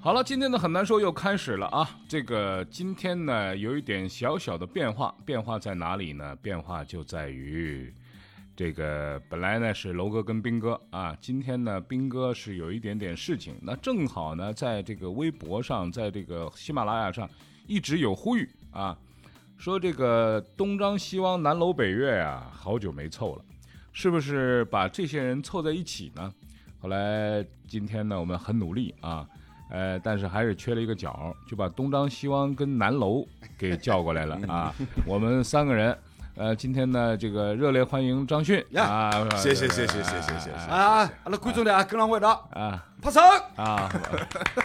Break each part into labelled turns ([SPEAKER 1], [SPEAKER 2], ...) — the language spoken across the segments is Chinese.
[SPEAKER 1] 好了，今天的很难说又开始了啊！这个今天呢有一点小小的变化，变化在哪里呢？变化就在于这个本来呢是楼哥跟斌哥啊，今天呢斌哥是有一点点事情，那正好呢在这个微博上，在这个喜马拉雅上一直有呼吁啊，说这个东张西望南楼北岳啊，好久没凑了，是不是把这些人凑在一起呢？后来今天呢我们很努力啊。呃，但是还是缺了一个角儿，就把东张西望跟南楼给叫过 来了
[SPEAKER 2] 嗯
[SPEAKER 1] 啊。我们三个人，呃，今天呢，这个热烈欢迎张迅
[SPEAKER 2] 呀
[SPEAKER 1] 啊！
[SPEAKER 2] 谢谢谢谢谢谢谢谢
[SPEAKER 1] 啊
[SPEAKER 2] 啊！阿拉观众俩跟上我一道
[SPEAKER 1] 啊
[SPEAKER 2] 拍手。
[SPEAKER 1] 啊！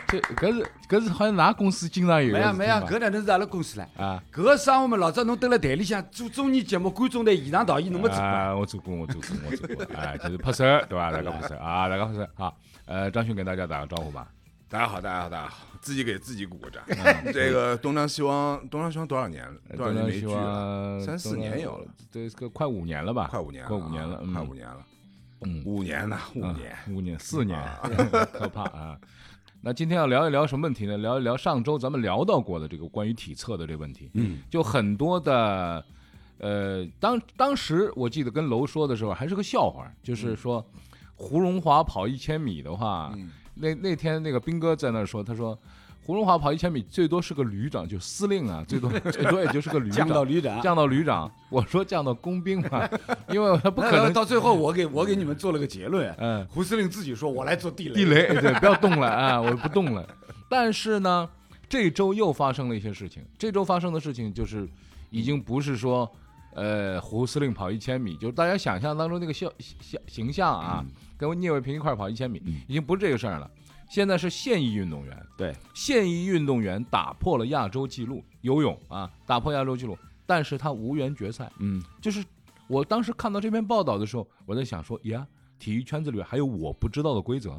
[SPEAKER 1] 这搿是搿是好像哪公司经常有
[SPEAKER 2] 没
[SPEAKER 1] 个
[SPEAKER 2] 呀
[SPEAKER 1] 事
[SPEAKER 2] 没呀，
[SPEAKER 1] 情吧
[SPEAKER 2] 搿哪能是阿拉公司嘞？
[SPEAKER 1] 啊
[SPEAKER 2] 搿个生活嘛，老早侬蹲辣台里向做综艺节目，观众来现场导演，侬没做过。
[SPEAKER 1] 啊，我做过，我做过，我做 过，哎，就是拍手对吧？大家拍手啊，大家拍手啊！呃，张迅跟大家打个招呼吧。
[SPEAKER 3] 大家好，大家好，大家好，自己给自己鼓个掌。
[SPEAKER 1] 嗯
[SPEAKER 3] 这个东张西望，东张西望多少年了？多少年哎没聚了？三四年有了，，
[SPEAKER 1] 呃这个快五年了吧？
[SPEAKER 3] 快五年了啊，
[SPEAKER 1] 快五年了，嗯
[SPEAKER 3] 快五年了，
[SPEAKER 1] 嗯
[SPEAKER 3] 五年呐，五
[SPEAKER 1] 啊
[SPEAKER 3] 年。
[SPEAKER 1] 五年，四年，可怕啊！那今天要聊一聊什么问题呢？聊一聊上周咱们聊到过的这个关于体测的这个问题。嗯，就很多的，呃，当当时我记得跟楼说的时候还是个笑话，
[SPEAKER 2] 嗯
[SPEAKER 1] 就是说胡荣华跑一千米的话，那那天那个斌哥在那儿说，他说。胡荣华跑一千米最多是个旅长，就司令啊，最多最多也就是个旅长，
[SPEAKER 2] 降到旅长
[SPEAKER 1] 降到旅长。我说降到工兵嘛，因为他不可
[SPEAKER 2] 那
[SPEAKER 1] 能
[SPEAKER 2] 到最后，我给我给你们做了个结论。
[SPEAKER 1] 嗯
[SPEAKER 2] 胡司令自己说，我来做地雷。
[SPEAKER 1] 地雷，哎对，不要动了啊， 我不动了。但是呢，这周又发生了一些事情。这周发生的事情就是，已经不是说，呃，胡司令跑一千米，就是大家想象当中那个笑形形象啊，跟聂卫平一块儿跑一千米，已经不是这个事儿了。现在是现役运动员，
[SPEAKER 2] 对，
[SPEAKER 1] 现役运动员打破了亚洲纪录，游泳啊，打破亚洲纪录，但是他无缘决赛。
[SPEAKER 2] 嗯，
[SPEAKER 1] 就是我当时看到这篇报道的时候，我在想说，呀，体育圈子里边还有我不知道的规则，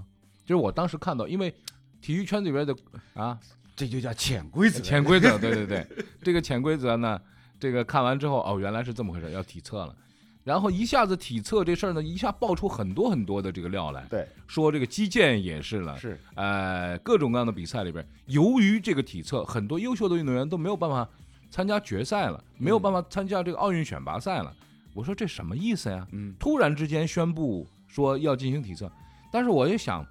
[SPEAKER 1] 就是我当时看到，因为体育圈子里边的啊
[SPEAKER 2] 这就叫潜规则。
[SPEAKER 1] 潜规则，对对对，这个潜规则呢，这个看完之后，哦，原来是这么回事，要体测了。然后一下子体测这事儿呢，一下爆出很多很多的这个料来，
[SPEAKER 2] 对，
[SPEAKER 1] 说这个击剑也是了，
[SPEAKER 2] 是
[SPEAKER 1] 呃，各种各样的比赛里边，由于这个体测，很多优秀的运动员都没有办法参加决赛了，没有办法参加这个奥运选拔赛了。我说这什么意思呀？
[SPEAKER 2] 嗯，
[SPEAKER 1] 突然之间宣布说要进行体测，但是我也想，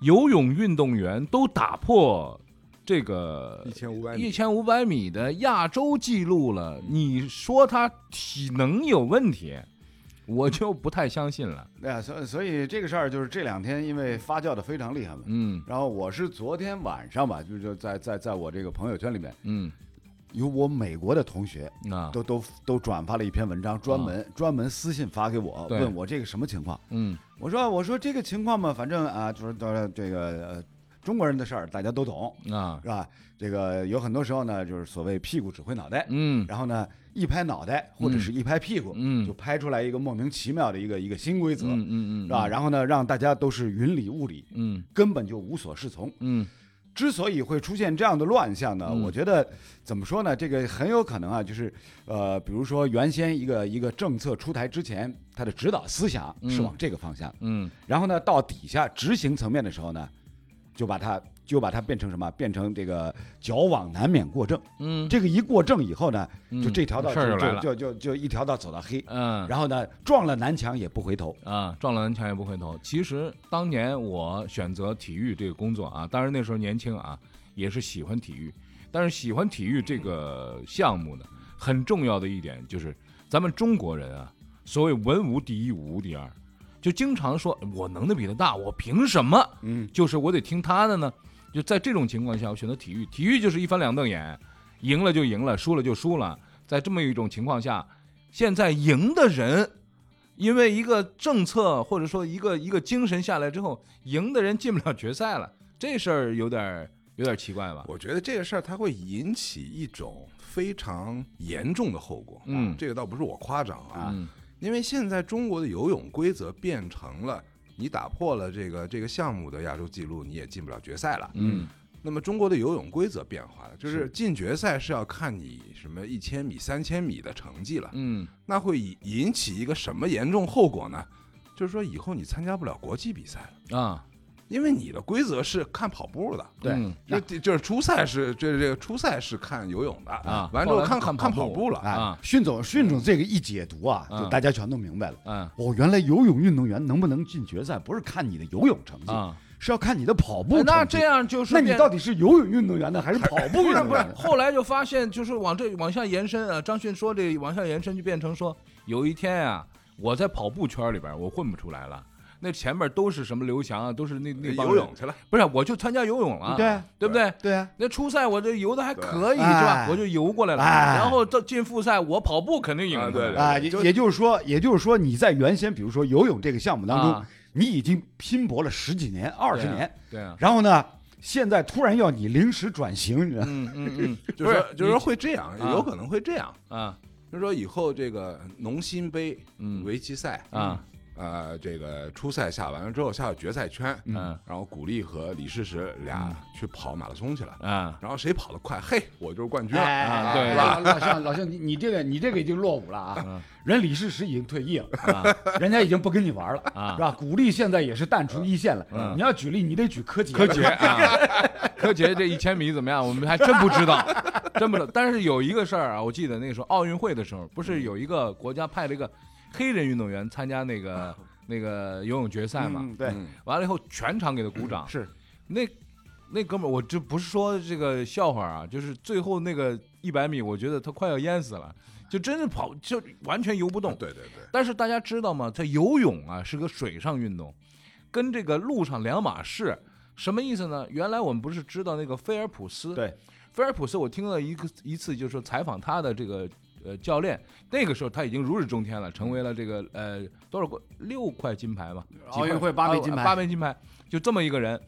[SPEAKER 1] 游泳运动员都打破这个
[SPEAKER 3] 一千五百
[SPEAKER 1] 一
[SPEAKER 3] 米，
[SPEAKER 1] 千五百米的亚洲纪录了，你说他体能有问题，我就不太相信了。
[SPEAKER 4] 对啊，所所以这个事儿就是这两天因为发酵的非常厉害嘛。
[SPEAKER 1] 嗯
[SPEAKER 4] 然后我是昨天晚上吧，就是在在在我这个朋友圈里面，
[SPEAKER 1] 嗯，
[SPEAKER 4] 有我美国的同学
[SPEAKER 1] 啊，
[SPEAKER 4] 都都都转发了一篇文章，专门、专门私信发给我，
[SPEAKER 1] 对
[SPEAKER 4] 问我这个什么情况。
[SPEAKER 1] 嗯
[SPEAKER 4] 我说我说这个情况嘛，反正啊，就是呃这个呃中国人的事儿大家都懂，
[SPEAKER 1] 啊，
[SPEAKER 4] 是吧？这个有很多时候呢，就是所谓屁股指挥脑袋，
[SPEAKER 1] 嗯
[SPEAKER 4] 然后呢一拍脑袋或者是一拍屁股，
[SPEAKER 1] 嗯
[SPEAKER 4] 就拍出来一个莫名其妙的一个一个新规则。
[SPEAKER 1] 嗯嗯嗯，
[SPEAKER 4] 是吧？然后呢，让大家都是云里雾里，
[SPEAKER 1] 嗯
[SPEAKER 4] 根本就无所适从。
[SPEAKER 1] 嗯
[SPEAKER 4] 之所以会出现这样的乱象呢，我觉得怎么说呢？这个很有可能啊，就是呃，比如说原先一个一个政策出台之前，它的指导思想是往这个方向，
[SPEAKER 1] 嗯
[SPEAKER 4] 然后呢，到底下执行层面的时候呢，就把它就把它变成什么？变成这个矫枉难免过正。
[SPEAKER 1] 嗯
[SPEAKER 4] 这个一过正以后呢，就这条道
[SPEAKER 1] 事儿就来
[SPEAKER 4] 就
[SPEAKER 1] 了
[SPEAKER 4] 就就就一条道走到黑，
[SPEAKER 1] 嗯
[SPEAKER 4] 然后呢，撞了南墙也不回头。
[SPEAKER 1] 啊，撞了南墙也不回头。其实当年我选择体育这个工作啊，当然那时候年轻啊，也是喜欢体育，但是喜欢体育这个项目呢，很重要的一点就是咱们中国人啊，所谓文无第一，武无第二，就经常说我能耐比他大，我凭什么？
[SPEAKER 4] 嗯，
[SPEAKER 1] 就是我得听他的呢。就在这种情况下，我选择体育，体育就是一翻两瞪眼，赢了就赢了，输了就输了。在这么一种情况下，现在赢的人，因为一个政策或者说一个一个精神下来之后，赢的人进不了决赛了，这事儿有点儿有点奇怪吧？
[SPEAKER 3] 我觉得这个事儿它会引起一种非常严重的后果。啊
[SPEAKER 1] 嗯
[SPEAKER 3] 这个倒不是我夸张啊，
[SPEAKER 1] 嗯
[SPEAKER 3] 因为现在中国的游泳规则变成了，你打破了这个这个项目的亚洲纪录，你也进不了决赛了。
[SPEAKER 1] 嗯，
[SPEAKER 3] 那么中国的游泳规则变化了，就是进决赛是要看你什么一千米、三千米的成绩了。
[SPEAKER 1] 嗯
[SPEAKER 3] 那会引引起一个什么严重后果呢？就是说以后你参加不了国际比赛了，
[SPEAKER 1] 啊，
[SPEAKER 3] 因为你的规则是看跑步的。
[SPEAKER 1] 对嗯
[SPEAKER 3] 就就是初赛是这这个初赛是看游泳的
[SPEAKER 1] 啊
[SPEAKER 3] 完之后
[SPEAKER 1] 后来
[SPEAKER 3] 看
[SPEAKER 1] 看
[SPEAKER 3] 看
[SPEAKER 1] 跑
[SPEAKER 3] 跑
[SPEAKER 1] 步
[SPEAKER 3] 步了。
[SPEAKER 4] 哎
[SPEAKER 1] 啊，
[SPEAKER 4] 训总训总这个一解读啊，
[SPEAKER 1] 嗯
[SPEAKER 4] 就大家全都明白了。
[SPEAKER 1] 嗯
[SPEAKER 4] 哦，原来游泳运动员能不能进决赛，不是看你的游泳成绩，
[SPEAKER 1] 啊，哎
[SPEAKER 4] 是要看你的跑步成绩。
[SPEAKER 1] 那这，样就是
[SPEAKER 4] 那你
[SPEAKER 1] 变
[SPEAKER 4] 到底是游泳运动员呢，还是跑步
[SPEAKER 1] 不
[SPEAKER 4] 运
[SPEAKER 1] 是
[SPEAKER 4] 动
[SPEAKER 1] 不是
[SPEAKER 4] 员？，
[SPEAKER 1] 后来就发现就是往这往下延伸啊。张迅说这往下延伸就变成说，有一天啊，我在跑步圈里边我混不出来了，那前面都是什么刘翔啊，都是那那帮
[SPEAKER 3] 游
[SPEAKER 1] 人
[SPEAKER 3] 泳，去了，
[SPEAKER 1] 不是我就参加游泳了，
[SPEAKER 4] 对
[SPEAKER 1] 对不对？
[SPEAKER 4] 对啊，
[SPEAKER 1] 那初赛我这游的还可以是
[SPEAKER 4] 对
[SPEAKER 1] 吧
[SPEAKER 4] 哎？
[SPEAKER 1] 我就游过来了，
[SPEAKER 4] 哎
[SPEAKER 1] 然后到进复赛我跑步肯定赢
[SPEAKER 3] 啊
[SPEAKER 1] 了，
[SPEAKER 3] 对对
[SPEAKER 4] 啊，也
[SPEAKER 3] 就
[SPEAKER 4] 也就是说，也就是说你在原先，比如说游泳这个项目当中，
[SPEAKER 1] 啊
[SPEAKER 4] 你已经拼搏了十几年、二十
[SPEAKER 1] 对啊
[SPEAKER 4] 年，
[SPEAKER 1] 对啊，
[SPEAKER 4] 然后呢，现在突然要你临时转型，你知道吗？
[SPEAKER 1] 嗯嗯嗯，
[SPEAKER 3] 就
[SPEAKER 1] 不
[SPEAKER 3] 是说
[SPEAKER 1] 是
[SPEAKER 3] 就是说会这样，
[SPEAKER 1] 啊
[SPEAKER 3] 有可能会这样。
[SPEAKER 1] 啊
[SPEAKER 3] 就是说以后这个农心杯
[SPEAKER 1] 嗯
[SPEAKER 3] 围棋赛
[SPEAKER 1] 啊，
[SPEAKER 3] 呃，这个初赛下完了之后下到决赛圈，
[SPEAKER 1] 嗯
[SPEAKER 3] 然后古力和李世石俩去跑马拉松去了，
[SPEAKER 1] 啊，
[SPEAKER 3] 然后谁跑得快，嘿，我就是冠军了，啊
[SPEAKER 4] 哎，
[SPEAKER 1] 对嗯
[SPEAKER 4] 老老向老向，你你这个你这个已经落伍了啊！人李世石已经退役了， 人家已经不跟你玩了，
[SPEAKER 1] 啊
[SPEAKER 4] 是吧？古力现在也是淡出一线了。
[SPEAKER 1] 嗯
[SPEAKER 4] 你要举例，你得举柯洁。
[SPEAKER 1] 柯洁啊，柯洁这一千米怎么样？我们还真不知道，真不知道。但是有一个事儿啊，我记得那个时候奥运会的时候，不是有一个国家派了一个黑人运动员参加那个那个游泳决赛嘛？
[SPEAKER 4] 嗯，对，
[SPEAKER 3] 嗯
[SPEAKER 1] 完了以后全场给他鼓掌。
[SPEAKER 4] 是
[SPEAKER 1] 那那哥们儿，我这不是说这个笑话啊，就是最后那个一百米，我觉得他快要淹死了，就真是跑就完全游不动。
[SPEAKER 3] 对对对，
[SPEAKER 1] 但是大家知道吗？这游泳啊是个水上运动，跟这个陆上两码事。什么意思呢？原来我们不是知道那个菲尔普斯？
[SPEAKER 4] 对，
[SPEAKER 1] 菲尔普斯，我听到一个一次就是说采访他的这个呃教练，那个时候他已经如日中天了，成为了这个呃多少个六块金牌吧，
[SPEAKER 4] 奥运会八枚金牌
[SPEAKER 1] 啊八枚金牌，就这么一个人。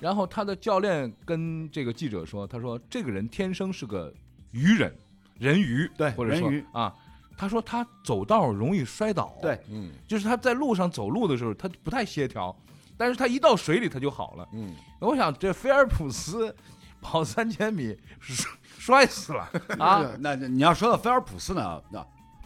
[SPEAKER 1] 然后他的教练跟这个记者说，他说这个人天生是个鱼人，人鱼，
[SPEAKER 4] 对
[SPEAKER 1] 或者说
[SPEAKER 4] 人鱼
[SPEAKER 1] 啊，他说他走道容易摔倒，
[SPEAKER 4] 对
[SPEAKER 3] 嗯
[SPEAKER 1] 就是他在路上走路的时候，他不太协调，但是他一到水里他就好了。
[SPEAKER 3] 嗯，
[SPEAKER 1] 我想这菲尔普斯跑三千米摔摔死 了啊
[SPEAKER 4] 那那你要说到菲尔普斯呢，那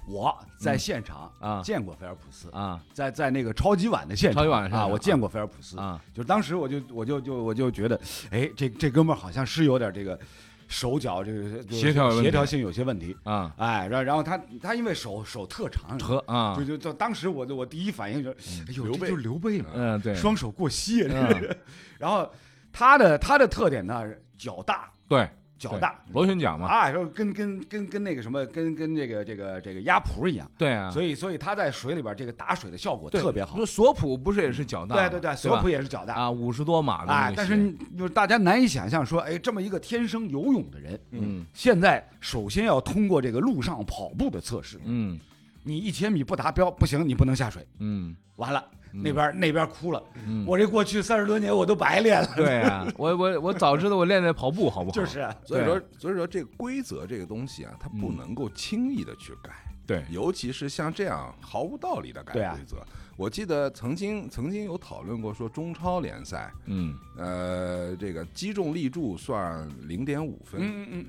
[SPEAKER 4] 我在现场
[SPEAKER 1] 嗯啊
[SPEAKER 4] 见过菲尔普斯，
[SPEAKER 1] 啊
[SPEAKER 4] 在在那个超级碗的现场，
[SPEAKER 1] 超级碗的现场
[SPEAKER 4] 啊，我见过菲尔普斯
[SPEAKER 1] 啊，
[SPEAKER 4] 就是当时我就我就就我就觉得，哎，这这哥们儿好像是有点这个手脚这个就是
[SPEAKER 1] 协调有问题
[SPEAKER 4] 协调性有些问题。
[SPEAKER 1] 啊
[SPEAKER 4] 哎，然后然后他他因为手手特长，
[SPEAKER 1] 和啊
[SPEAKER 4] 就就就当时我就我第一反应就是，哎呦，
[SPEAKER 3] 刘
[SPEAKER 4] 这
[SPEAKER 3] 备
[SPEAKER 4] 就是刘备嘛，
[SPEAKER 1] 嗯对
[SPEAKER 4] 双手过膝啊，这
[SPEAKER 1] 嗯
[SPEAKER 4] 是。然后他的他的特点呢，脚大
[SPEAKER 1] 对
[SPEAKER 4] 脚大
[SPEAKER 1] 对螺旋桨嘛
[SPEAKER 4] 啊，然后跟跟跟跟那个什么，跟跟这个这个这个鸭蹼一样，
[SPEAKER 1] 对啊，
[SPEAKER 4] 所以所以他在水里边这个打水的效果
[SPEAKER 1] 对
[SPEAKER 4] 特别好
[SPEAKER 1] 说。索普不是也是脚大
[SPEAKER 4] 对
[SPEAKER 1] 吗？
[SPEAKER 4] 对对，
[SPEAKER 1] 吧
[SPEAKER 4] 索普也是脚大。
[SPEAKER 1] 啊五十多码的那
[SPEAKER 4] 哎
[SPEAKER 1] 个，
[SPEAKER 4] 但
[SPEAKER 1] 鞋
[SPEAKER 4] 是你就是大家难以想象说，哎，这么一个天生游泳的人，
[SPEAKER 1] 嗯
[SPEAKER 4] 现在首先要通过这个陆上跑步的测试，
[SPEAKER 1] 嗯
[SPEAKER 4] 你一千米不达标不行，你不能下水。
[SPEAKER 1] 嗯
[SPEAKER 4] 完了，那边那边哭了，
[SPEAKER 1] 嗯，
[SPEAKER 4] 我这过去三十多年我都白练了。
[SPEAKER 1] 对啊，我我我早知道我练练跑步好不好？
[SPEAKER 4] 就是
[SPEAKER 3] 所以说所以说这个规则这个东西啊，它不能够轻易的去改。
[SPEAKER 1] 嗯对
[SPEAKER 3] 尤其是像这样毫无道理的改
[SPEAKER 4] 对啊
[SPEAKER 3] 规则，我记得曾经曾经有讨论过，说中超联赛，
[SPEAKER 1] 嗯
[SPEAKER 3] 呃，这个击中立柱算零点五分，
[SPEAKER 4] 嗯嗯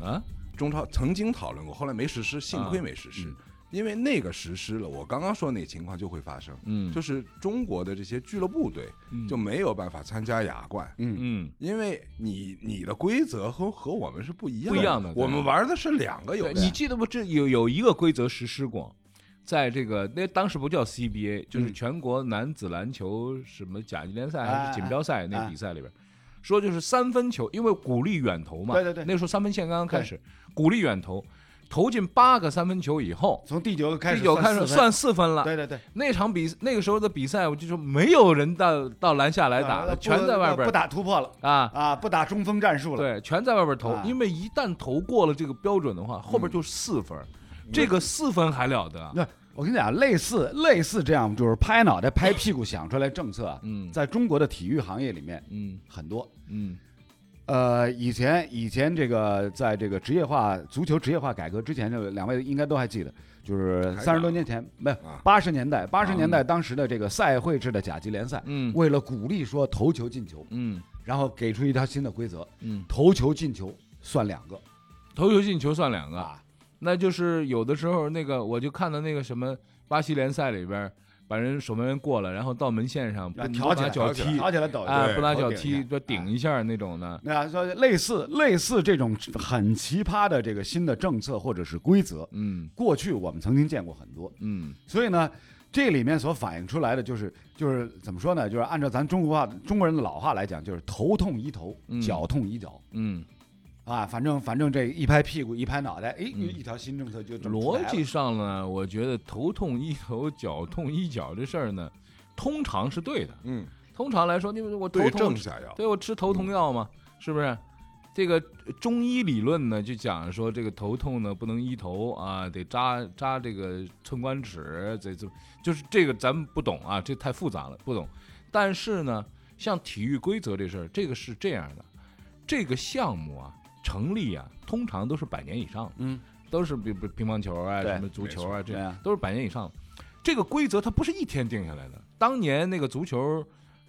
[SPEAKER 4] 嗯，
[SPEAKER 1] 啊
[SPEAKER 3] 中超曾经讨论过，后来没实施，幸亏
[SPEAKER 1] 啊
[SPEAKER 3] 没实施，
[SPEAKER 1] 嗯
[SPEAKER 3] 因为那个实施了，我刚刚说那情况就会发生，
[SPEAKER 1] 嗯
[SPEAKER 3] 就是中国的这些俱乐部队
[SPEAKER 1] 嗯
[SPEAKER 3] 就没有办法参加亚冠。
[SPEAKER 1] 嗯
[SPEAKER 3] 因为你你的规则和和我们是不一样
[SPEAKER 1] 不一样的对
[SPEAKER 3] 我们玩的是两个游
[SPEAKER 1] 对，
[SPEAKER 3] 戏。
[SPEAKER 1] 你记得不？这有有一个规则实施过，在这个那当时不叫 CBA，就是
[SPEAKER 4] 嗯
[SPEAKER 1] 全国男子篮球什么甲级联赛还是锦标赛
[SPEAKER 4] 啊
[SPEAKER 1] 那比赛里边，说就是三分球，因为鼓励远投嘛。
[SPEAKER 4] 对对对
[SPEAKER 1] 那时候三分线刚刚开始，鼓励远投，投进八个三分球以后，
[SPEAKER 4] 从第九个开始，
[SPEAKER 1] 第九开始
[SPEAKER 4] 算
[SPEAKER 1] 算四分
[SPEAKER 4] 四分。
[SPEAKER 1] 了。
[SPEAKER 4] 对对对，
[SPEAKER 1] 那场比那个时候的比赛，我就说没有人到到篮下来打
[SPEAKER 4] 啊
[SPEAKER 1] 了，全在外边
[SPEAKER 4] 不打突破了
[SPEAKER 1] 啊。
[SPEAKER 4] 啊，不打中锋战术了。
[SPEAKER 1] 对，全在外边投
[SPEAKER 4] 啊，嗯
[SPEAKER 1] 因为一旦投过了这个标准的话，后边就是四分儿，这个四分还了得？
[SPEAKER 4] 那我跟你讲，类似类似这样就是拍脑袋拍屁股想出来政策啊，
[SPEAKER 1] 嗯
[SPEAKER 4] 在中国的体育行业里面
[SPEAKER 1] 嗯
[SPEAKER 4] 很多。
[SPEAKER 1] 嗯
[SPEAKER 4] 呃，以前以前这个在这个职业化足球职业化改革之前，这两位应该都还记得，就是三十多年前，没有
[SPEAKER 3] 啊
[SPEAKER 4] 八十年代，八十年代当时的这个赛会制的甲级联赛，
[SPEAKER 1] 啊嗯
[SPEAKER 4] 为了鼓励说头球进球，
[SPEAKER 1] 嗯
[SPEAKER 4] 然后给出一条新的规则，
[SPEAKER 1] 嗯，
[SPEAKER 4] 头球进球算两个
[SPEAKER 1] 头球进球算两个，
[SPEAKER 4] 啊，
[SPEAKER 1] 那就是有的时候那个我就看到那个什么巴西联赛里边儿，把人守门员过了，然后到门线上不
[SPEAKER 4] 要
[SPEAKER 1] 不
[SPEAKER 4] 挑起
[SPEAKER 1] 拿
[SPEAKER 4] 来，
[SPEAKER 1] 脚踢
[SPEAKER 4] 挑起来抖。
[SPEAKER 1] 啊，
[SPEAKER 3] 对
[SPEAKER 1] 不拿脚
[SPEAKER 4] 头顶一
[SPEAKER 1] 踢
[SPEAKER 4] 下
[SPEAKER 1] 就顶一下那种的，
[SPEAKER 4] 啊那说类似类似这种很奇葩的这个新的政策或者是规则，
[SPEAKER 1] 嗯
[SPEAKER 4] 过去我们曾经见过很多，
[SPEAKER 1] 嗯
[SPEAKER 4] 所以呢，这里面所反映出来的就是就是怎么说呢？就是按照咱中国话中国人的老话来讲，就是头痛医头，
[SPEAKER 1] 嗯
[SPEAKER 4] 脚痛医脚。
[SPEAKER 1] 嗯，
[SPEAKER 4] 啊，反正反正这一拍屁股一拍脑袋，哎，
[SPEAKER 1] 嗯
[SPEAKER 4] 一条新政策就这么出来
[SPEAKER 1] 逻
[SPEAKER 4] 了
[SPEAKER 1] 辑上呢，我觉得头痛医头，脚痛医脚这事儿呢，通常是对的。
[SPEAKER 3] 嗯，
[SPEAKER 1] 通常来说，因为我头
[SPEAKER 3] 对
[SPEAKER 1] 痛
[SPEAKER 3] 症，下药，
[SPEAKER 1] 对我吃头痛药嘛，是不是？这个中医理论呢，就讲说这个头痛呢不能医头啊，得扎扎这个寸关尺，这这就是这个咱们不懂啊，这太复杂了，不懂。但是呢，像体育规则这事儿，这个是这样的，这个项目啊成立啊，通常都是百年以上的，
[SPEAKER 4] 嗯，
[SPEAKER 1] 都是比比乒乓球啊，
[SPEAKER 4] 对
[SPEAKER 1] 什么足球啊，这
[SPEAKER 4] 对啊
[SPEAKER 1] 都是百年以上的。这个规则它不是一天定下来的，当年那个足球。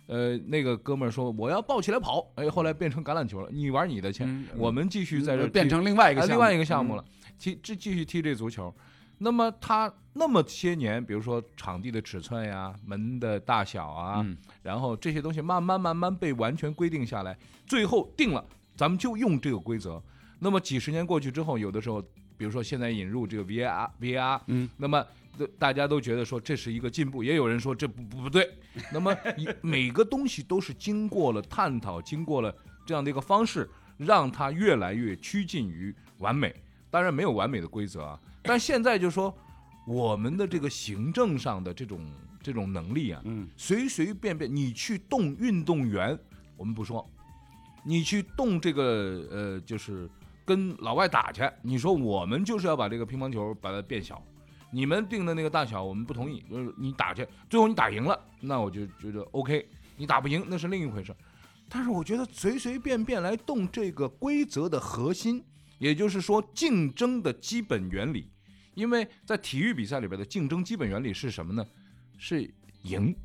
[SPEAKER 1] 呃，那个哥们儿说我要抱起来跑，哎，后来变成橄榄球了。你玩你的去，我们继续在这儿
[SPEAKER 4] 嗯呃变
[SPEAKER 1] 踢
[SPEAKER 4] 成另外一个
[SPEAKER 1] 啊
[SPEAKER 4] 项目嗯
[SPEAKER 1] 另外一个项目了，踢这继续踢这足球。那么他那么些年，比如说场地的尺寸呀、门的大小啊，
[SPEAKER 4] 嗯
[SPEAKER 1] 然后这些东西慢慢慢慢被完全规定下来，最后定了，咱们就用这个规则。那么几十年过去之后，有的时候，比如说现在引入这个 VAR VAR，
[SPEAKER 4] 嗯，
[SPEAKER 1] 那么呃大家都觉得说这是一个进步，也有人说这不不不对。那么一每个东西都是经过了探讨，经过了这样的一个方式，让它越来越趋近于完美。当然没有完美的规则啊，但现在就说我们的这个行政上的这种这种能力啊，
[SPEAKER 4] 嗯，
[SPEAKER 1] 随随便便你去动运动员，我们不说，你去动这个呃，就是跟老外打去，你说我们就是要把这个乒乓球把它变小，你们定的那个大小我们不同意，就是你打去，最后你打赢了，那我就觉得 OK，你打不赢那是另一回事。但是我觉得随随便便来动这个规则的核心，也就是说竞争的基本原理，因为在体育比赛里边的竞争基本原理是什么呢？是赢，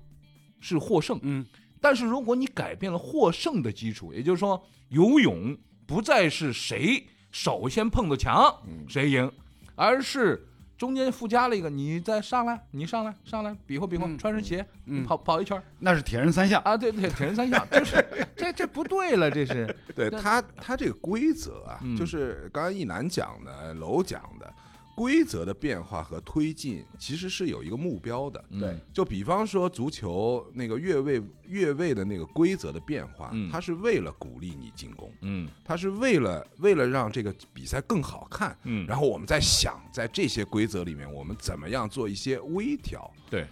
[SPEAKER 1] 是获胜。
[SPEAKER 4] 嗯，
[SPEAKER 1] 但是如果你改变了获胜的基础，也就是说游泳不再是谁首先碰到墙谁赢，而是中间附加了一个你再上来，你上来上来比划比划，穿上鞋，你跑跑一圈儿
[SPEAKER 4] 那是铁人三项，
[SPEAKER 1] 啊，对对，铁人三项，这是这这不对了，这是
[SPEAKER 3] 对
[SPEAKER 1] 那
[SPEAKER 3] 他，他这个规则啊，
[SPEAKER 1] 嗯
[SPEAKER 3] 就是刚刚一楠讲的，楼讲的，规则的变化和推进其实是有一个目标的。
[SPEAKER 1] 对
[SPEAKER 3] 就比方说足球那个越位越位的那个规则的变化，
[SPEAKER 1] 嗯
[SPEAKER 3] 它是为了鼓励你进攻，
[SPEAKER 1] 嗯
[SPEAKER 3] 它是为了为了让这个比赛更好看。
[SPEAKER 1] 嗯
[SPEAKER 3] 然后我们在想，在这些规则里面，我们怎么样做一些微调。
[SPEAKER 1] 对，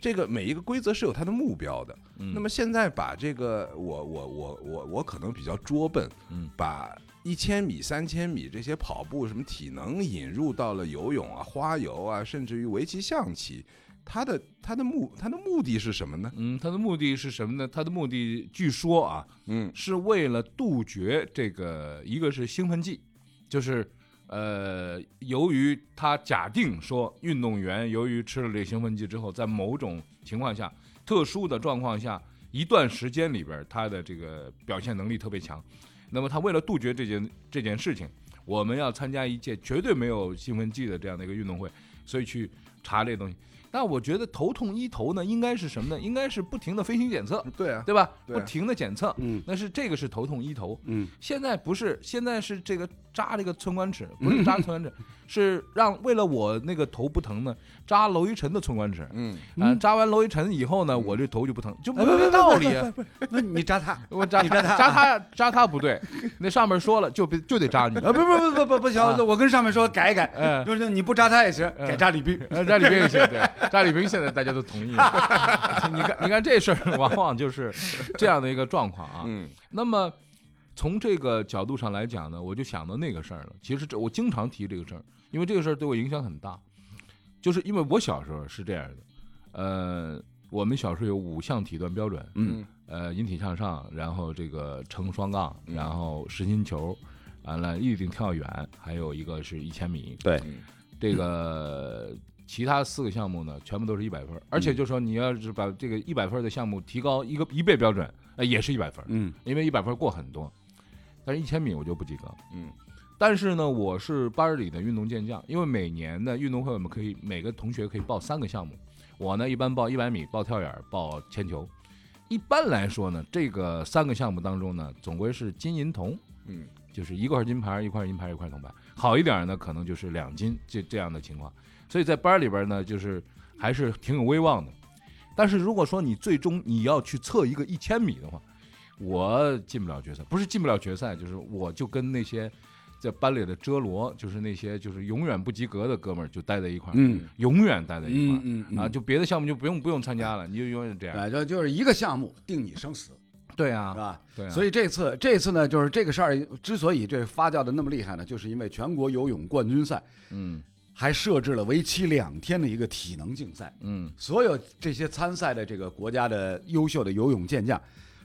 [SPEAKER 3] 这个每一个规则是有它的目标的。
[SPEAKER 1] 嗯
[SPEAKER 3] 那么现在把这个我我我我我可能比较拙笨，
[SPEAKER 1] 嗯
[SPEAKER 3] 把一千米、三千米这些跑步什么体能引入到了游泳啊、花游啊，甚至于围棋、象棋，它的它的目它的目的是什么呢？
[SPEAKER 1] 嗯，他的目的是什么呢？他的目的据说啊，
[SPEAKER 3] 嗯，
[SPEAKER 1] 是为了杜绝这个，一个是兴奋剂，就是呃，由于他假定说运动员由于吃了这兴奋剂之后，在某种情况下、特殊的状况下，一段时间里边儿他的这个表现能力特别强，那么他为了杜绝这件这件事情，我们要参加一届绝对没有兴奋剂的这样的一个运动会，所以去查这东西。但我觉得头痛医头呢，应该是什么呢？应该是不停的飞行检测，
[SPEAKER 3] 对啊，
[SPEAKER 1] 对吧？
[SPEAKER 3] 对啊
[SPEAKER 1] 不停的检测，
[SPEAKER 4] 嗯
[SPEAKER 1] 那是这个是头痛医头。
[SPEAKER 4] 嗯，
[SPEAKER 1] 现在不是，现在是这个扎这个寸关 尺，不是扎寸关尺，是让为了我那个头不疼呢，扎娄一晨的寸关尺。
[SPEAKER 3] 嗯，
[SPEAKER 1] 啊，扎完娄一晨以后呢，我这头就不疼，就没有道理 啊。
[SPEAKER 4] 那你扎他
[SPEAKER 1] 我扎扎他扎他扎他不对，那上面说了就别就得扎 你。
[SPEAKER 4] 啊？不不不不不不行
[SPEAKER 1] 啊，
[SPEAKER 4] 我跟上面说改一改，
[SPEAKER 1] 嗯，
[SPEAKER 4] 就是你不扎他也行，
[SPEAKER 1] 嗯
[SPEAKER 4] 改扎李斌。
[SPEAKER 1] 呃，扎里平也行，对，扎里平现在大家都同意了。你看，你看这事儿往往就是这样的一个状况啊。
[SPEAKER 3] 嗯
[SPEAKER 1] 那么从这个角度上来讲呢，我就想到那个事儿了。其实这我经常提这个事儿，因为这个事儿对我影响很大，就是因为我小时候是这样的，呃，我们小时候有五项体锻标准，
[SPEAKER 3] 嗯，
[SPEAKER 1] 呃，引体向上，然后这个撑双杠，然
[SPEAKER 5] 嗯
[SPEAKER 1] 后实心球，完了立定跳远，还有一个是一千米。
[SPEAKER 5] 对，
[SPEAKER 1] 这个其他四个项目呢，全部都是一百分儿，
[SPEAKER 5] 嗯
[SPEAKER 1] 而且就说你要是把这个一百分儿的项目提高一个一倍标准，呃，也是一百分儿，
[SPEAKER 5] 嗯，
[SPEAKER 1] 因为一百分儿过很多，但是一千米我就不及格，
[SPEAKER 3] 嗯。
[SPEAKER 1] 但是呢，我是班里的运动健将，因为每年的运动会我们可以每个同学可以报三个项目，我呢一般报一百米、报跳远、报铅球。一般来说呢，这个三个项目当中呢，总归是金银铜，
[SPEAKER 3] 嗯，
[SPEAKER 1] 就是一块金牌、一块银牌、一块铜牌。好一点呢，可能就是两金这这样的情况。所以在班里边呢，就是还是挺有威望的。但是如果说你最终你要去测一个一千米的话，我进不了决赛，不是进不了决赛，就是我就跟那些在班里的遮罗，就是那些就是永远不及格的哥们儿就待在一块儿，
[SPEAKER 5] 嗯
[SPEAKER 1] 永远待在一块儿、
[SPEAKER 5] 嗯嗯
[SPEAKER 1] 啊，就别的项目就不用不用参加了，你就永远这样。
[SPEAKER 5] 反正就是一个项目定你生死，
[SPEAKER 1] 哎对
[SPEAKER 5] 是
[SPEAKER 1] 啊，
[SPEAKER 5] 吧？
[SPEAKER 1] 对啊，
[SPEAKER 4] 所
[SPEAKER 1] 以
[SPEAKER 4] 以这次这次呢，就是这个事儿之所以这发酵的那么厉害呢，就是因为全国游泳冠军赛
[SPEAKER 1] 嗯
[SPEAKER 4] 还设置了为期两天的一个体能竞赛，
[SPEAKER 1] 嗯
[SPEAKER 4] 所有这些参赛的这个国家的优秀的游泳健将，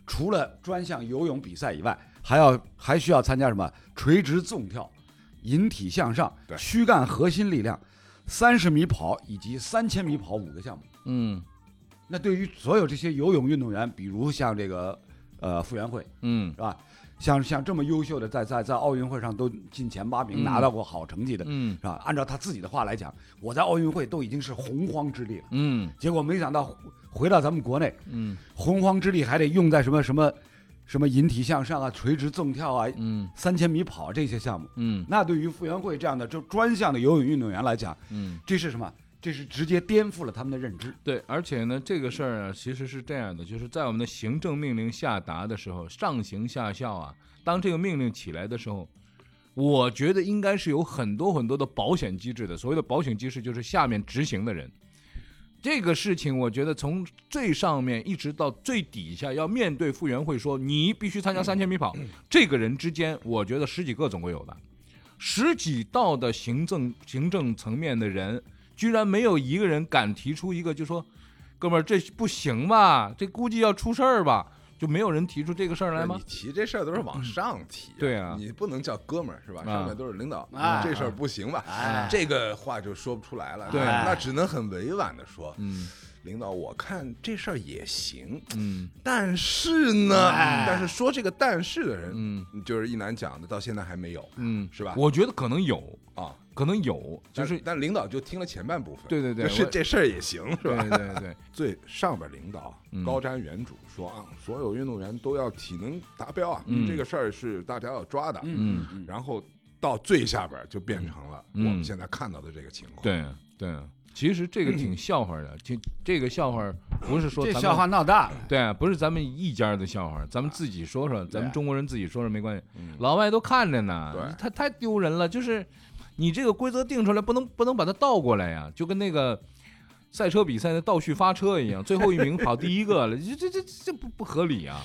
[SPEAKER 4] 除了专项游泳比赛以外，还要还需要参加什么垂直纵跳、引体向上、躯干核心力量、三十米跑以及三千米跑五个项目。
[SPEAKER 1] 嗯
[SPEAKER 4] 那对于所有这些游泳运动员，比如像这个呃傅园慧，
[SPEAKER 1] 嗯
[SPEAKER 4] 是吧？像像这么优秀的，在在在奥运会上都进前八名，
[SPEAKER 1] 嗯
[SPEAKER 4] 拿到过好成绩的，
[SPEAKER 1] 嗯
[SPEAKER 4] 是吧？按照他自己的话来讲，我在奥运会都已经是洪荒之力了，
[SPEAKER 1] 嗯
[SPEAKER 4] 结果没想到回回到咱们国内，
[SPEAKER 1] 嗯
[SPEAKER 4] 洪荒之力还得用在什么什么什么引体向上啊、垂直纵跳啊、
[SPEAKER 1] 嗯
[SPEAKER 4] 三千米跑啊这些项目。
[SPEAKER 1] 嗯
[SPEAKER 4] 那对于傅园慧这样的就专项的游泳运动员来讲，
[SPEAKER 1] 嗯，
[SPEAKER 4] 这是什么？这是直接颠覆了他们的认知。
[SPEAKER 1] 对，而且呢，这个事儿啊，其实是这样的，就是在我们的行政命令下达的时候，上行下效啊，当这个命令起来的时候，我觉得应该是有很多很多的保险机制的。所谓的保险机制，就是下面执行的人。这个事情，我觉得从最上面一直到最底下，要面对傅园慧说你必须参加三千米跑，这个人之间，我觉得十几个总会有的，十几道的行政行政层面的人，居然没有一个人敢提出一个，就说哥们儿这不行吧，这估计要出事儿吧，就没有人提出这个事儿来吗嗯
[SPEAKER 3] 你？提这事儿都是往上提、
[SPEAKER 1] 对啊
[SPEAKER 3] 你不能叫哥们儿是吧？
[SPEAKER 1] 啊
[SPEAKER 3] 上面都是领导，
[SPEAKER 4] 啊哎
[SPEAKER 3] 这事儿不行吧？这个话就说不出来了，
[SPEAKER 1] 对
[SPEAKER 3] 那只能很委婉的说，
[SPEAKER 1] 嗯
[SPEAKER 3] 领导，我看这事儿也行，
[SPEAKER 1] 嗯
[SPEAKER 3] 但是呢，
[SPEAKER 4] 哎
[SPEAKER 3] 但是说这个但是的人，
[SPEAKER 1] 嗯
[SPEAKER 3] 就是一楠讲的，到现在还没有，
[SPEAKER 1] 嗯，
[SPEAKER 3] 是吧
[SPEAKER 1] 我觉得可能有，
[SPEAKER 3] 啊，
[SPEAKER 1] 可能有，就
[SPEAKER 3] 但
[SPEAKER 1] 是
[SPEAKER 3] 但领导就听了前半部分，
[SPEAKER 1] 对对对
[SPEAKER 3] 就是
[SPEAKER 1] 我
[SPEAKER 3] 这事儿也行，是吧？
[SPEAKER 1] 对 对对，
[SPEAKER 3] 最上边领导
[SPEAKER 1] 嗯
[SPEAKER 3] 高瞻远瞩，说啊，所有运动员都要体能达标啊，
[SPEAKER 1] 嗯
[SPEAKER 3] 这个事儿是大家要抓的。
[SPEAKER 1] 嗯，
[SPEAKER 3] 然后到最下边就变成了我
[SPEAKER 1] 嗯
[SPEAKER 3] 们现在看到的这个情况。
[SPEAKER 1] 对对，其实这个挺笑话的，这这个笑话不是说
[SPEAKER 4] 这
[SPEAKER 1] 咱们
[SPEAKER 4] 笑话闹大了，
[SPEAKER 1] 对啊，不是咱们一家的笑话，咱们自己说说，咱
[SPEAKER 3] 对
[SPEAKER 1] 们
[SPEAKER 3] 啊
[SPEAKER 1] 中国人自己说说没关系，
[SPEAKER 3] 嗯
[SPEAKER 1] 老外都看着呢
[SPEAKER 3] 对，
[SPEAKER 1] 他太丢人了。就是你这个规则定出来，不能不能把它倒过来呀，就跟那个赛车比赛的倒序发车一样，最后一名跑第一个了，这这这这不不合理啊。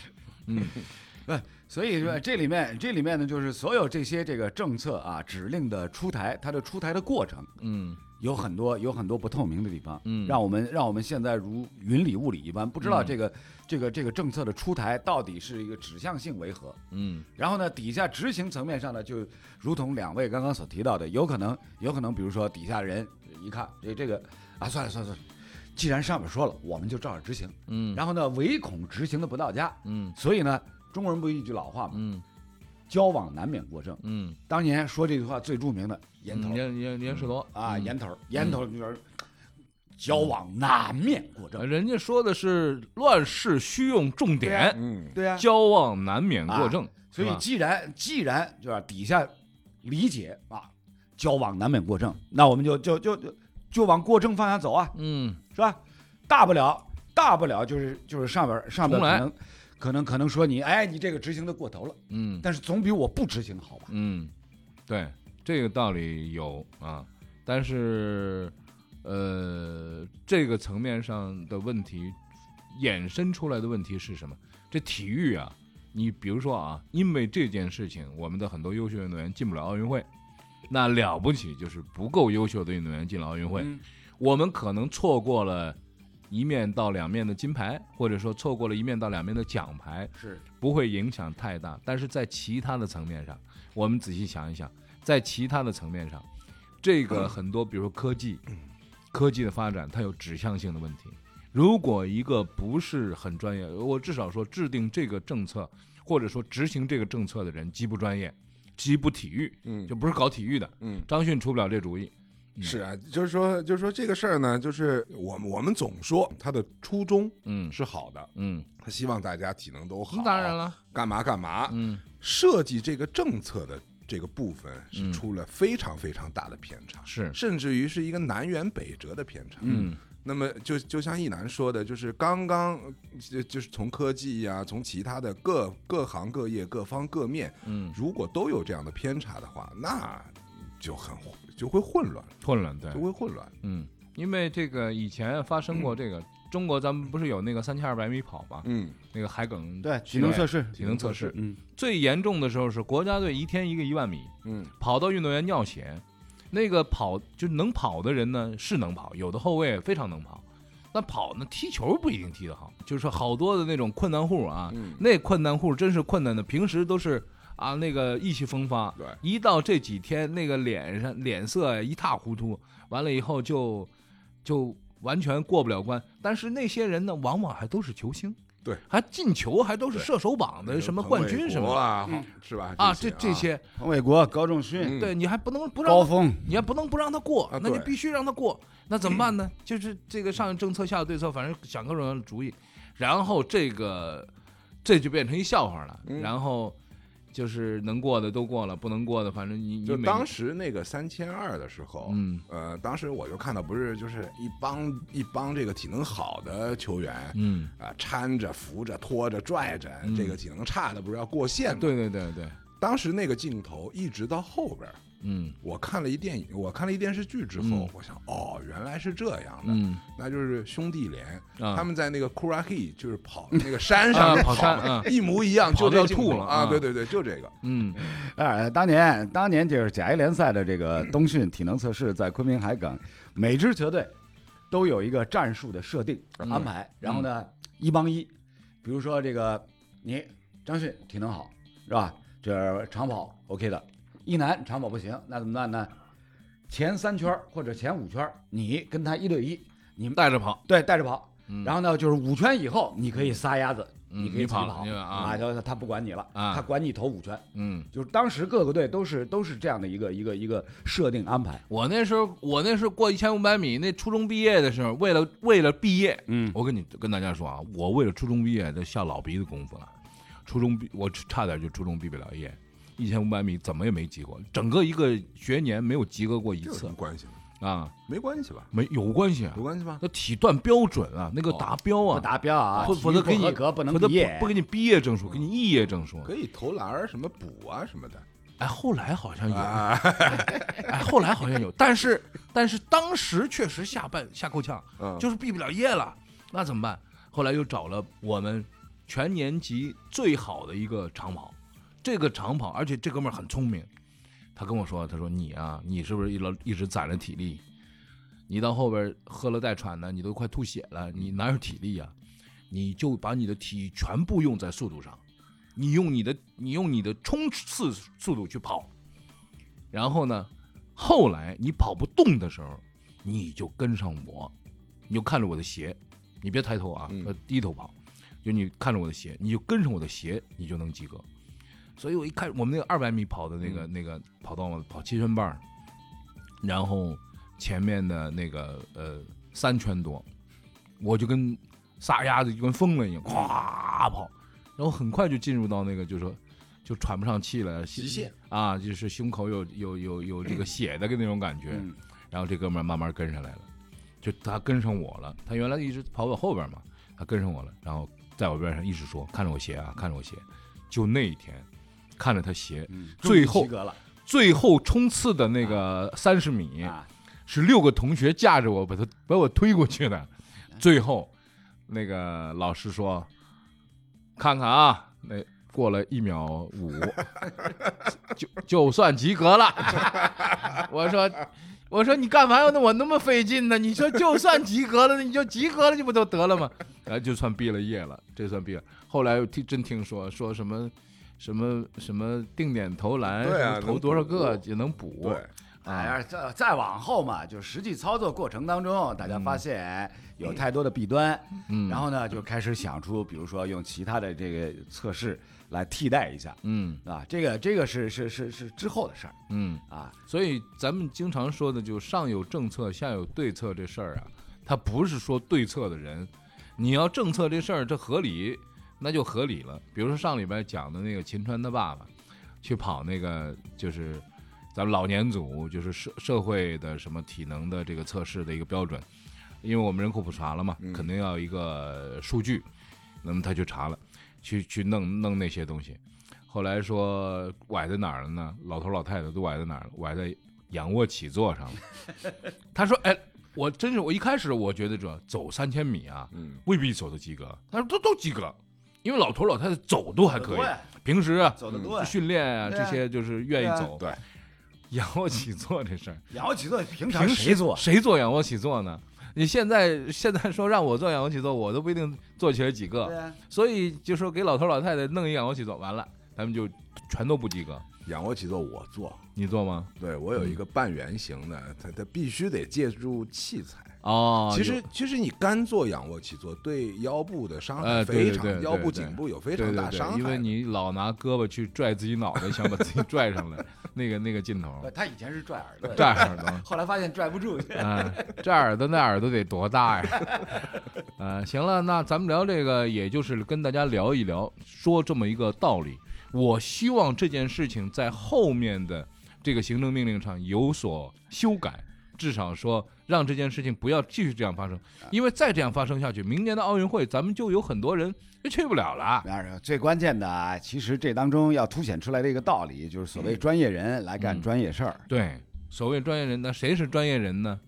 [SPEAKER 4] 所以说这里面这里面呢，就是所有这些这个政策啊、指令的出台，它的出台的过程，
[SPEAKER 1] 嗯
[SPEAKER 4] 有很多有很多不透明的地方，
[SPEAKER 1] 嗯
[SPEAKER 4] 让我们让我们现在如云里雾里一般，不知道这个、这个这个政策的出台到底是一个指向性为何。
[SPEAKER 1] 嗯
[SPEAKER 4] 然后呢，底下执行层面上呢，就如同两位刚刚所提到的，有可能有可能，比如说底下人一看这这个啊，算了算了算了，既然上面说了，我们就照着执行。
[SPEAKER 1] 嗯
[SPEAKER 4] 然后呢，唯恐执行的不到家，
[SPEAKER 1] 嗯
[SPEAKER 4] 所以呢，中国人不是一句老话嘛，
[SPEAKER 1] 嗯
[SPEAKER 4] 交往难免过正。
[SPEAKER 1] 嗯，
[SPEAKER 4] 当年说这句话最著名的
[SPEAKER 1] 嗯
[SPEAKER 4] 烟头。
[SPEAKER 1] 严严严世罗
[SPEAKER 4] 啊，
[SPEAKER 1] 嗯
[SPEAKER 4] 烟头儿，烟头儿就是交往难免过正。
[SPEAKER 1] 人家说的是乱世须用重点，
[SPEAKER 3] 嗯，
[SPEAKER 4] 对啊，
[SPEAKER 1] 交往难免过正，
[SPEAKER 4] 所以
[SPEAKER 1] 是吧
[SPEAKER 4] 既然既然就是底下理解啊，交往难免过正，那我们就就就就就往过正方向走啊，
[SPEAKER 1] 嗯
[SPEAKER 4] 是吧？大不了大不了就是就是上边儿上边儿
[SPEAKER 1] 重来
[SPEAKER 4] 可能可能可能说你哎你这个执行的过头了，
[SPEAKER 1] 嗯。
[SPEAKER 4] 但是总比我不执行好吧？
[SPEAKER 1] 嗯，对，这个道理有啊，但是，呃，这个层面上的问题衍生出来的问题是什么？这体育啊，你比如说啊，因为这件事情，我们的很多优秀运动员进不了奥运会，那了
[SPEAKER 4] 嗯
[SPEAKER 1] 不起就是不够优秀的运动员进了奥运会，我们可能错过了一面到两面的金牌，或者说错过了一面到两面的奖牌，
[SPEAKER 2] 是
[SPEAKER 1] 不会影响太大。但是在其他的层面上，我们仔细想一想，在其他的层面上，这
[SPEAKER 3] 嗯
[SPEAKER 1] 个很多，比如说科技，科技的发展它有指向性的问题。如果一个不是很专业，我至少说制定这个政策或者说执行这个政策的人极不专业，极不体育，
[SPEAKER 3] 嗯
[SPEAKER 1] 就不是搞体育的。
[SPEAKER 3] 嗯，
[SPEAKER 1] 张迅出不了这主意。
[SPEAKER 3] 是啊，就是说，就是说这个事儿呢，就是我们我们总说他的初衷
[SPEAKER 1] 嗯
[SPEAKER 3] 是好的，
[SPEAKER 1] 嗯，
[SPEAKER 3] 他希望大家体能都好，
[SPEAKER 1] 那当然，了。
[SPEAKER 3] 干嘛干嘛，
[SPEAKER 1] 嗯，
[SPEAKER 3] 设计这个政策的这个部分是
[SPEAKER 1] 嗯
[SPEAKER 3] 出了非常非常大的偏差，
[SPEAKER 1] 是
[SPEAKER 3] 甚至于是一个南辕北辙的偏差。
[SPEAKER 1] 嗯，
[SPEAKER 3] 那么就就像一楠说的，就是刚刚就就是从科技呀、从其他的各各行各业、各方各面，
[SPEAKER 1] 嗯，
[SPEAKER 3] 如果都有这样的偏差的话，那就很就会混乱，
[SPEAKER 1] 混乱对
[SPEAKER 3] 就，会混乱。
[SPEAKER 1] 嗯，因为这个以前发生过这个，中国咱们不是有那个三千二百米跑嘛，
[SPEAKER 3] 嗯，
[SPEAKER 1] 那个海埂
[SPEAKER 2] 对体
[SPEAKER 1] 训
[SPEAKER 2] 能
[SPEAKER 1] 练
[SPEAKER 2] 测试，
[SPEAKER 1] 体能测试
[SPEAKER 2] 嗯，
[SPEAKER 1] 最严重的时候是国家队一天一个一万米，
[SPEAKER 3] 嗯，
[SPEAKER 1] 跑到运动员尿血。那个跑就能跑的人呢是能跑，有的后卫非常能跑，但跑呢踢球不一定踢得好。就是说好多的那种困难户啊，
[SPEAKER 3] 嗯
[SPEAKER 1] 那困难户真是困难的，平时都是啊那个意气风发，
[SPEAKER 3] 对
[SPEAKER 1] 一到这几天那个脸上脸色一塌糊涂，完了以后就就完全过不了关。但是那些人呢，往往还都是球星，
[SPEAKER 3] 对，
[SPEAKER 1] 还进球还都是
[SPEAKER 3] 对
[SPEAKER 1] 射手榜的什么冠军什么的
[SPEAKER 3] 啊，是吧？
[SPEAKER 1] 啊，这这
[SPEAKER 3] 些
[SPEAKER 1] 些，
[SPEAKER 2] 彭伟国、高仲勋、
[SPEAKER 3] 嗯
[SPEAKER 1] 对你还不能不让
[SPEAKER 2] 高
[SPEAKER 1] 他
[SPEAKER 2] 峰，
[SPEAKER 1] 你还不能不让他过
[SPEAKER 3] 啊，
[SPEAKER 1] 那你
[SPEAKER 3] 对
[SPEAKER 1] 必须让他过，那怎么办 呢？就是这个上有政策下有对策，反正想各种主意，然后这个这就变成一笑话了，
[SPEAKER 3] 嗯
[SPEAKER 1] 然后。就是能过的都过了，不能过的，反正你你
[SPEAKER 3] 就
[SPEAKER 1] 每
[SPEAKER 3] 当时那个三千二的时候，
[SPEAKER 1] 嗯
[SPEAKER 3] 呃，当时我就看到不是就是一帮一帮这个体能好的球员，
[SPEAKER 1] 嗯，
[SPEAKER 3] 啊，搀着、扶着、拖着、拽着，
[SPEAKER 1] 嗯
[SPEAKER 3] 这个体能差的不是要过线吗？
[SPEAKER 1] 对，对对对，
[SPEAKER 3] 当时那个镜头一直到后边儿，
[SPEAKER 1] 嗯
[SPEAKER 3] 我看了一电影，我看了一电视剧之后，
[SPEAKER 1] 嗯
[SPEAKER 3] 我想，哦，原来是这样的，
[SPEAKER 1] 嗯
[SPEAKER 3] 那就是兄弟连，
[SPEAKER 1] 啊
[SPEAKER 3] 他们在那个 Kuraki 就是跑那个山
[SPEAKER 1] 啊
[SPEAKER 3] 上面
[SPEAKER 1] 跑山
[SPEAKER 3] 的
[SPEAKER 1] 啊
[SPEAKER 3] 一模一样，
[SPEAKER 1] 跑
[SPEAKER 3] 就
[SPEAKER 1] 到
[SPEAKER 3] 这镜头
[SPEAKER 1] 吐了
[SPEAKER 3] 啊！
[SPEAKER 1] 啊
[SPEAKER 3] 对对对，就这个，
[SPEAKER 1] 嗯
[SPEAKER 2] 哎，当年当年就是甲 A 联赛的这个冬训体能测试，在昆明海埂，每支球队都有一个战术的设定
[SPEAKER 1] 嗯
[SPEAKER 2] 安排，然后呢一帮一，比如说这个你张迅体能好是吧？这长跑 OK 的，一男长跑不行，那怎么办呢？前三圈儿或者前五圈儿，你跟他一对一，你们
[SPEAKER 1] 带着跑，
[SPEAKER 2] 对带着跑，
[SPEAKER 1] 嗯
[SPEAKER 2] 然后呢就是五圈以后你可以撒丫子，
[SPEAKER 1] 嗯
[SPEAKER 2] 你可以自己
[SPEAKER 1] 你跑
[SPEAKER 2] 跑
[SPEAKER 1] 你啊
[SPEAKER 2] 啊，他他不管你了，
[SPEAKER 1] 啊
[SPEAKER 2] 他管你头五圈。
[SPEAKER 1] 嗯，
[SPEAKER 2] 就是当时各个队都是都是这样的一个一个一个设定安排。
[SPEAKER 1] 我那时候我那时候过一千五百米，那初中毕业的时候，为了为了毕业，
[SPEAKER 2] 嗯，
[SPEAKER 1] 我跟你跟大家说啊，我为了初中毕业这下老鼻子功夫了，初中毕我差点就初中毕不了业，一千五百米怎么也没及过，整个一个学年没有及格过一
[SPEAKER 3] 这有什
[SPEAKER 1] 次
[SPEAKER 3] 么关系呢？
[SPEAKER 1] 啊，
[SPEAKER 3] 没关系吧？
[SPEAKER 1] 没有关系啊
[SPEAKER 3] 有，关系吧？
[SPEAKER 1] 那体段标准啊，那个达标
[SPEAKER 2] 不
[SPEAKER 1] 啊，
[SPEAKER 2] 达标啊，
[SPEAKER 1] 否
[SPEAKER 2] 体育
[SPEAKER 1] 否则
[SPEAKER 2] 不
[SPEAKER 1] 给你
[SPEAKER 2] 合格不能
[SPEAKER 1] 否则
[SPEAKER 2] 毕业哦
[SPEAKER 1] 不给你毕业证书，给你肄业证书。
[SPEAKER 3] 可以投篮儿什么补啊什 么的
[SPEAKER 1] 哎，后来好像有，
[SPEAKER 3] 啊，
[SPEAKER 1] 哎，后来好像有，但是但是当时确实下半下够呛，
[SPEAKER 3] 嗯
[SPEAKER 1] 就是毕不了业了，那怎么办？后来又找了我们全年级最好的一个长跑，这个长跑，而且这哥们儿很聪明，他跟我说，他说你啊，你是不是一老一直攒着体力？你到后边喝了带喘的，你都快吐血了，你哪有体力呀、你就把你的体力全部用在速度上，你用你的你用你的冲刺速度去跑，然后呢，后来你跑不动的时候，你就跟上我，你就看着我的鞋，你别抬头啊，
[SPEAKER 3] 嗯
[SPEAKER 1] 呃低头跑，就你看着我的鞋，你就跟上我的鞋，你就能及格。所以我一看我们那个二百米跑的那个、那个跑道嘛，跑七圈半儿，然后前面的那个呃三圈多，我就跟撒丫子就跟疯了一样，咵跑，然后很快就进入到那个就是说就喘不上气了，极限啊，就是胸口有有有有这个血的那种感觉，
[SPEAKER 2] 嗯
[SPEAKER 1] 然后这哥们儿慢慢跟上来了，就他跟上我了，他原来一直跑我后边嘛，他跟上我了，然后在我边上一直说看着我鞋啊，看着我鞋，就那一天。看着他鞋，
[SPEAKER 2] 嗯
[SPEAKER 4] 嗯
[SPEAKER 2] 终
[SPEAKER 1] 最
[SPEAKER 2] 于
[SPEAKER 1] 后
[SPEAKER 2] 及格了
[SPEAKER 1] 最后冲刺的那个三十米，
[SPEAKER 2] 啊！
[SPEAKER 1] 是六个同学架着我把他把我推过去的。最后，那个老师说：“看看啊，那过了一秒 五，就就算及格了。”我说：“我说你干嘛要那我那么费劲呢？你说就算及格了，你就及格了，你不就得了吗？然后就算毕了业了，这算毕了。后来听真听说说什么什么什么定点投篮，
[SPEAKER 3] 对啊
[SPEAKER 1] 什么投多少个
[SPEAKER 3] 能补
[SPEAKER 1] 也能补，
[SPEAKER 3] 对，
[SPEAKER 1] 啊
[SPEAKER 4] 哎呀，再再往后嘛，就实际操作过程当中，大家发
[SPEAKER 2] 嗯
[SPEAKER 4] 现有太多的弊端，
[SPEAKER 1] 嗯
[SPEAKER 4] 然后呢就开始想出，比如说用其他的这个测试来替代一下，
[SPEAKER 1] 嗯
[SPEAKER 4] 啊，这个这个是是是是之后的事儿
[SPEAKER 1] 嗯。
[SPEAKER 4] 啊，
[SPEAKER 1] 所以咱们经常说的，就上有政策，下有对策这事儿啊，它不是说对策的人，你要政策这事儿，这合理，那就合理了。比如说上礼拜讲的那个秦川他爸爸，去跑那个就是咱们老年组，就是社社会的什么体能的这个测试的一个标准，因为我们人口普查了嘛，肯定要一个数据，那么他去查了，去去弄弄那些东西。后来说崴在哪儿了呢？老头老太太都崴在哪儿了？崴在仰卧起坐上了。他说：“哎，我真是我一开始我觉得这走三千米啊，
[SPEAKER 3] 嗯，
[SPEAKER 1] 未必走得及格。”他说：“都都及格，因为老头老太太走都还可以
[SPEAKER 4] 走得多呀，
[SPEAKER 1] 平时啊
[SPEAKER 4] 走得多呀，
[SPEAKER 1] 训练啊
[SPEAKER 4] 对啊
[SPEAKER 1] 这些就是愿意走。
[SPEAKER 3] 对啊
[SPEAKER 1] 仰卧起坐这事儿，
[SPEAKER 4] 仰卧起坐平常
[SPEAKER 1] 平
[SPEAKER 4] 谁
[SPEAKER 1] 时
[SPEAKER 4] 做？
[SPEAKER 1] 谁做仰卧起坐呢？你现在现在说让我做仰卧起坐，我都不一定做起来几个。
[SPEAKER 4] 对啊，
[SPEAKER 1] 所以就说给老头老太太弄一仰卧起坐，完了他们就全都不及格。
[SPEAKER 3] 仰卧起坐我做，
[SPEAKER 1] 你做吗？
[SPEAKER 3] 对我有一个半圆形的，它它必须得借助器材。
[SPEAKER 1] 哦，
[SPEAKER 3] 其实其实你干做仰卧起坐，对腰部的伤害
[SPEAKER 1] 呃对
[SPEAKER 3] 非
[SPEAKER 1] 对对
[SPEAKER 3] 常，
[SPEAKER 1] 对
[SPEAKER 3] 腰部
[SPEAKER 1] 对
[SPEAKER 3] 颈部有非
[SPEAKER 1] 非
[SPEAKER 3] 常大伤害的。
[SPEAKER 1] 因为你老拿胳膊去拽自己脑袋，想把自己拽上来， 那个那个劲头
[SPEAKER 4] 不，他以前是拽耳朵的，
[SPEAKER 1] 这耳朵，
[SPEAKER 4] 后来发现拽不住，
[SPEAKER 1] 啊，这耳朵那耳朵得多大呀？呃，行了，那咱们聊这个，也就是跟大家聊一聊，说这么一个道理。我希望这件事情在后面的这个行政命令上有所修改，至少说让这件事情不要继续这样发生，因为再这样发生下去，明年的奥运会咱们就有很多人就去不了了。
[SPEAKER 4] 当然，最关键的啊，其实这当中要凸显出来的一个道理，就是所
[SPEAKER 1] 嗯
[SPEAKER 4] 谓专业人来干专业事儿。
[SPEAKER 1] 对，所谓专业人，那谁是专业人呢？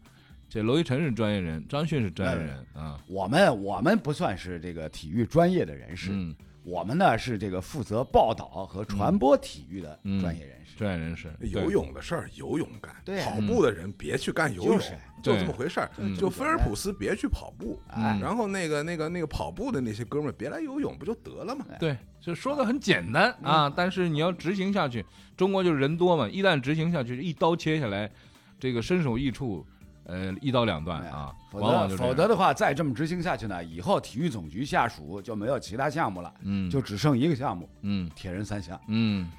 [SPEAKER 1] 这娄一晨是专业人，张迅是专业人啊。
[SPEAKER 4] 我们我们不算是这个体育专业的人士，
[SPEAKER 1] 嗯，
[SPEAKER 4] 我们呢是这个负责报道和传播体育的
[SPEAKER 1] 嗯
[SPEAKER 4] 专业人士。
[SPEAKER 1] 专业人士对
[SPEAKER 3] 游泳的事儿，游泳干。
[SPEAKER 4] 对
[SPEAKER 3] 跑步的人别去干游泳，
[SPEAKER 4] 就是
[SPEAKER 3] 就
[SPEAKER 1] 对嗯
[SPEAKER 3] 这么回事儿。就菲尔普斯别去跑步，
[SPEAKER 4] 哎
[SPEAKER 3] 然后那个那个那个跑步的那些哥们儿别来游泳，不就得了吗？
[SPEAKER 4] 哎
[SPEAKER 1] 对，就说的很简单
[SPEAKER 4] 嗯
[SPEAKER 1] 啊，但是你要执行下去，中国就是人多嘛，一旦执行下去，一刀切下来，这个身首异处，呃，一刀两断啊，
[SPEAKER 4] 哎否
[SPEAKER 1] 往往就
[SPEAKER 4] 则
[SPEAKER 1] 这样
[SPEAKER 4] 否则的话，再这么执行下去呢，以后体育总局下属就没有其他项目了，
[SPEAKER 1] 嗯，
[SPEAKER 4] 就只剩一个项目
[SPEAKER 1] 嗯
[SPEAKER 4] ——铁 人三项。
[SPEAKER 1] 嗯，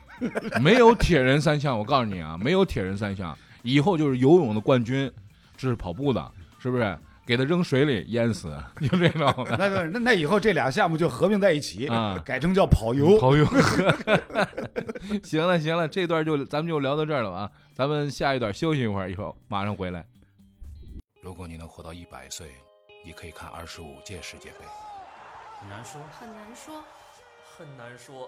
[SPEAKER 1] 没有铁人三项，我告诉你啊，没有铁人三项，以后就是游泳的冠军，这是跑步的，是不是？给他扔水里淹死，就这种。
[SPEAKER 4] 那个那那以后这俩项目就合并在一起
[SPEAKER 1] 啊，嗯
[SPEAKER 4] 改成叫跑游。
[SPEAKER 1] 跑友。 行了行了，这段就咱们就聊到这儿了啊，咱们下一段休息一会儿，一会儿马上回来。
[SPEAKER 6] 如果你能活到一百岁，你可以看二十五届世界杯。
[SPEAKER 7] 很难说，
[SPEAKER 8] 很难说，
[SPEAKER 7] 很难说，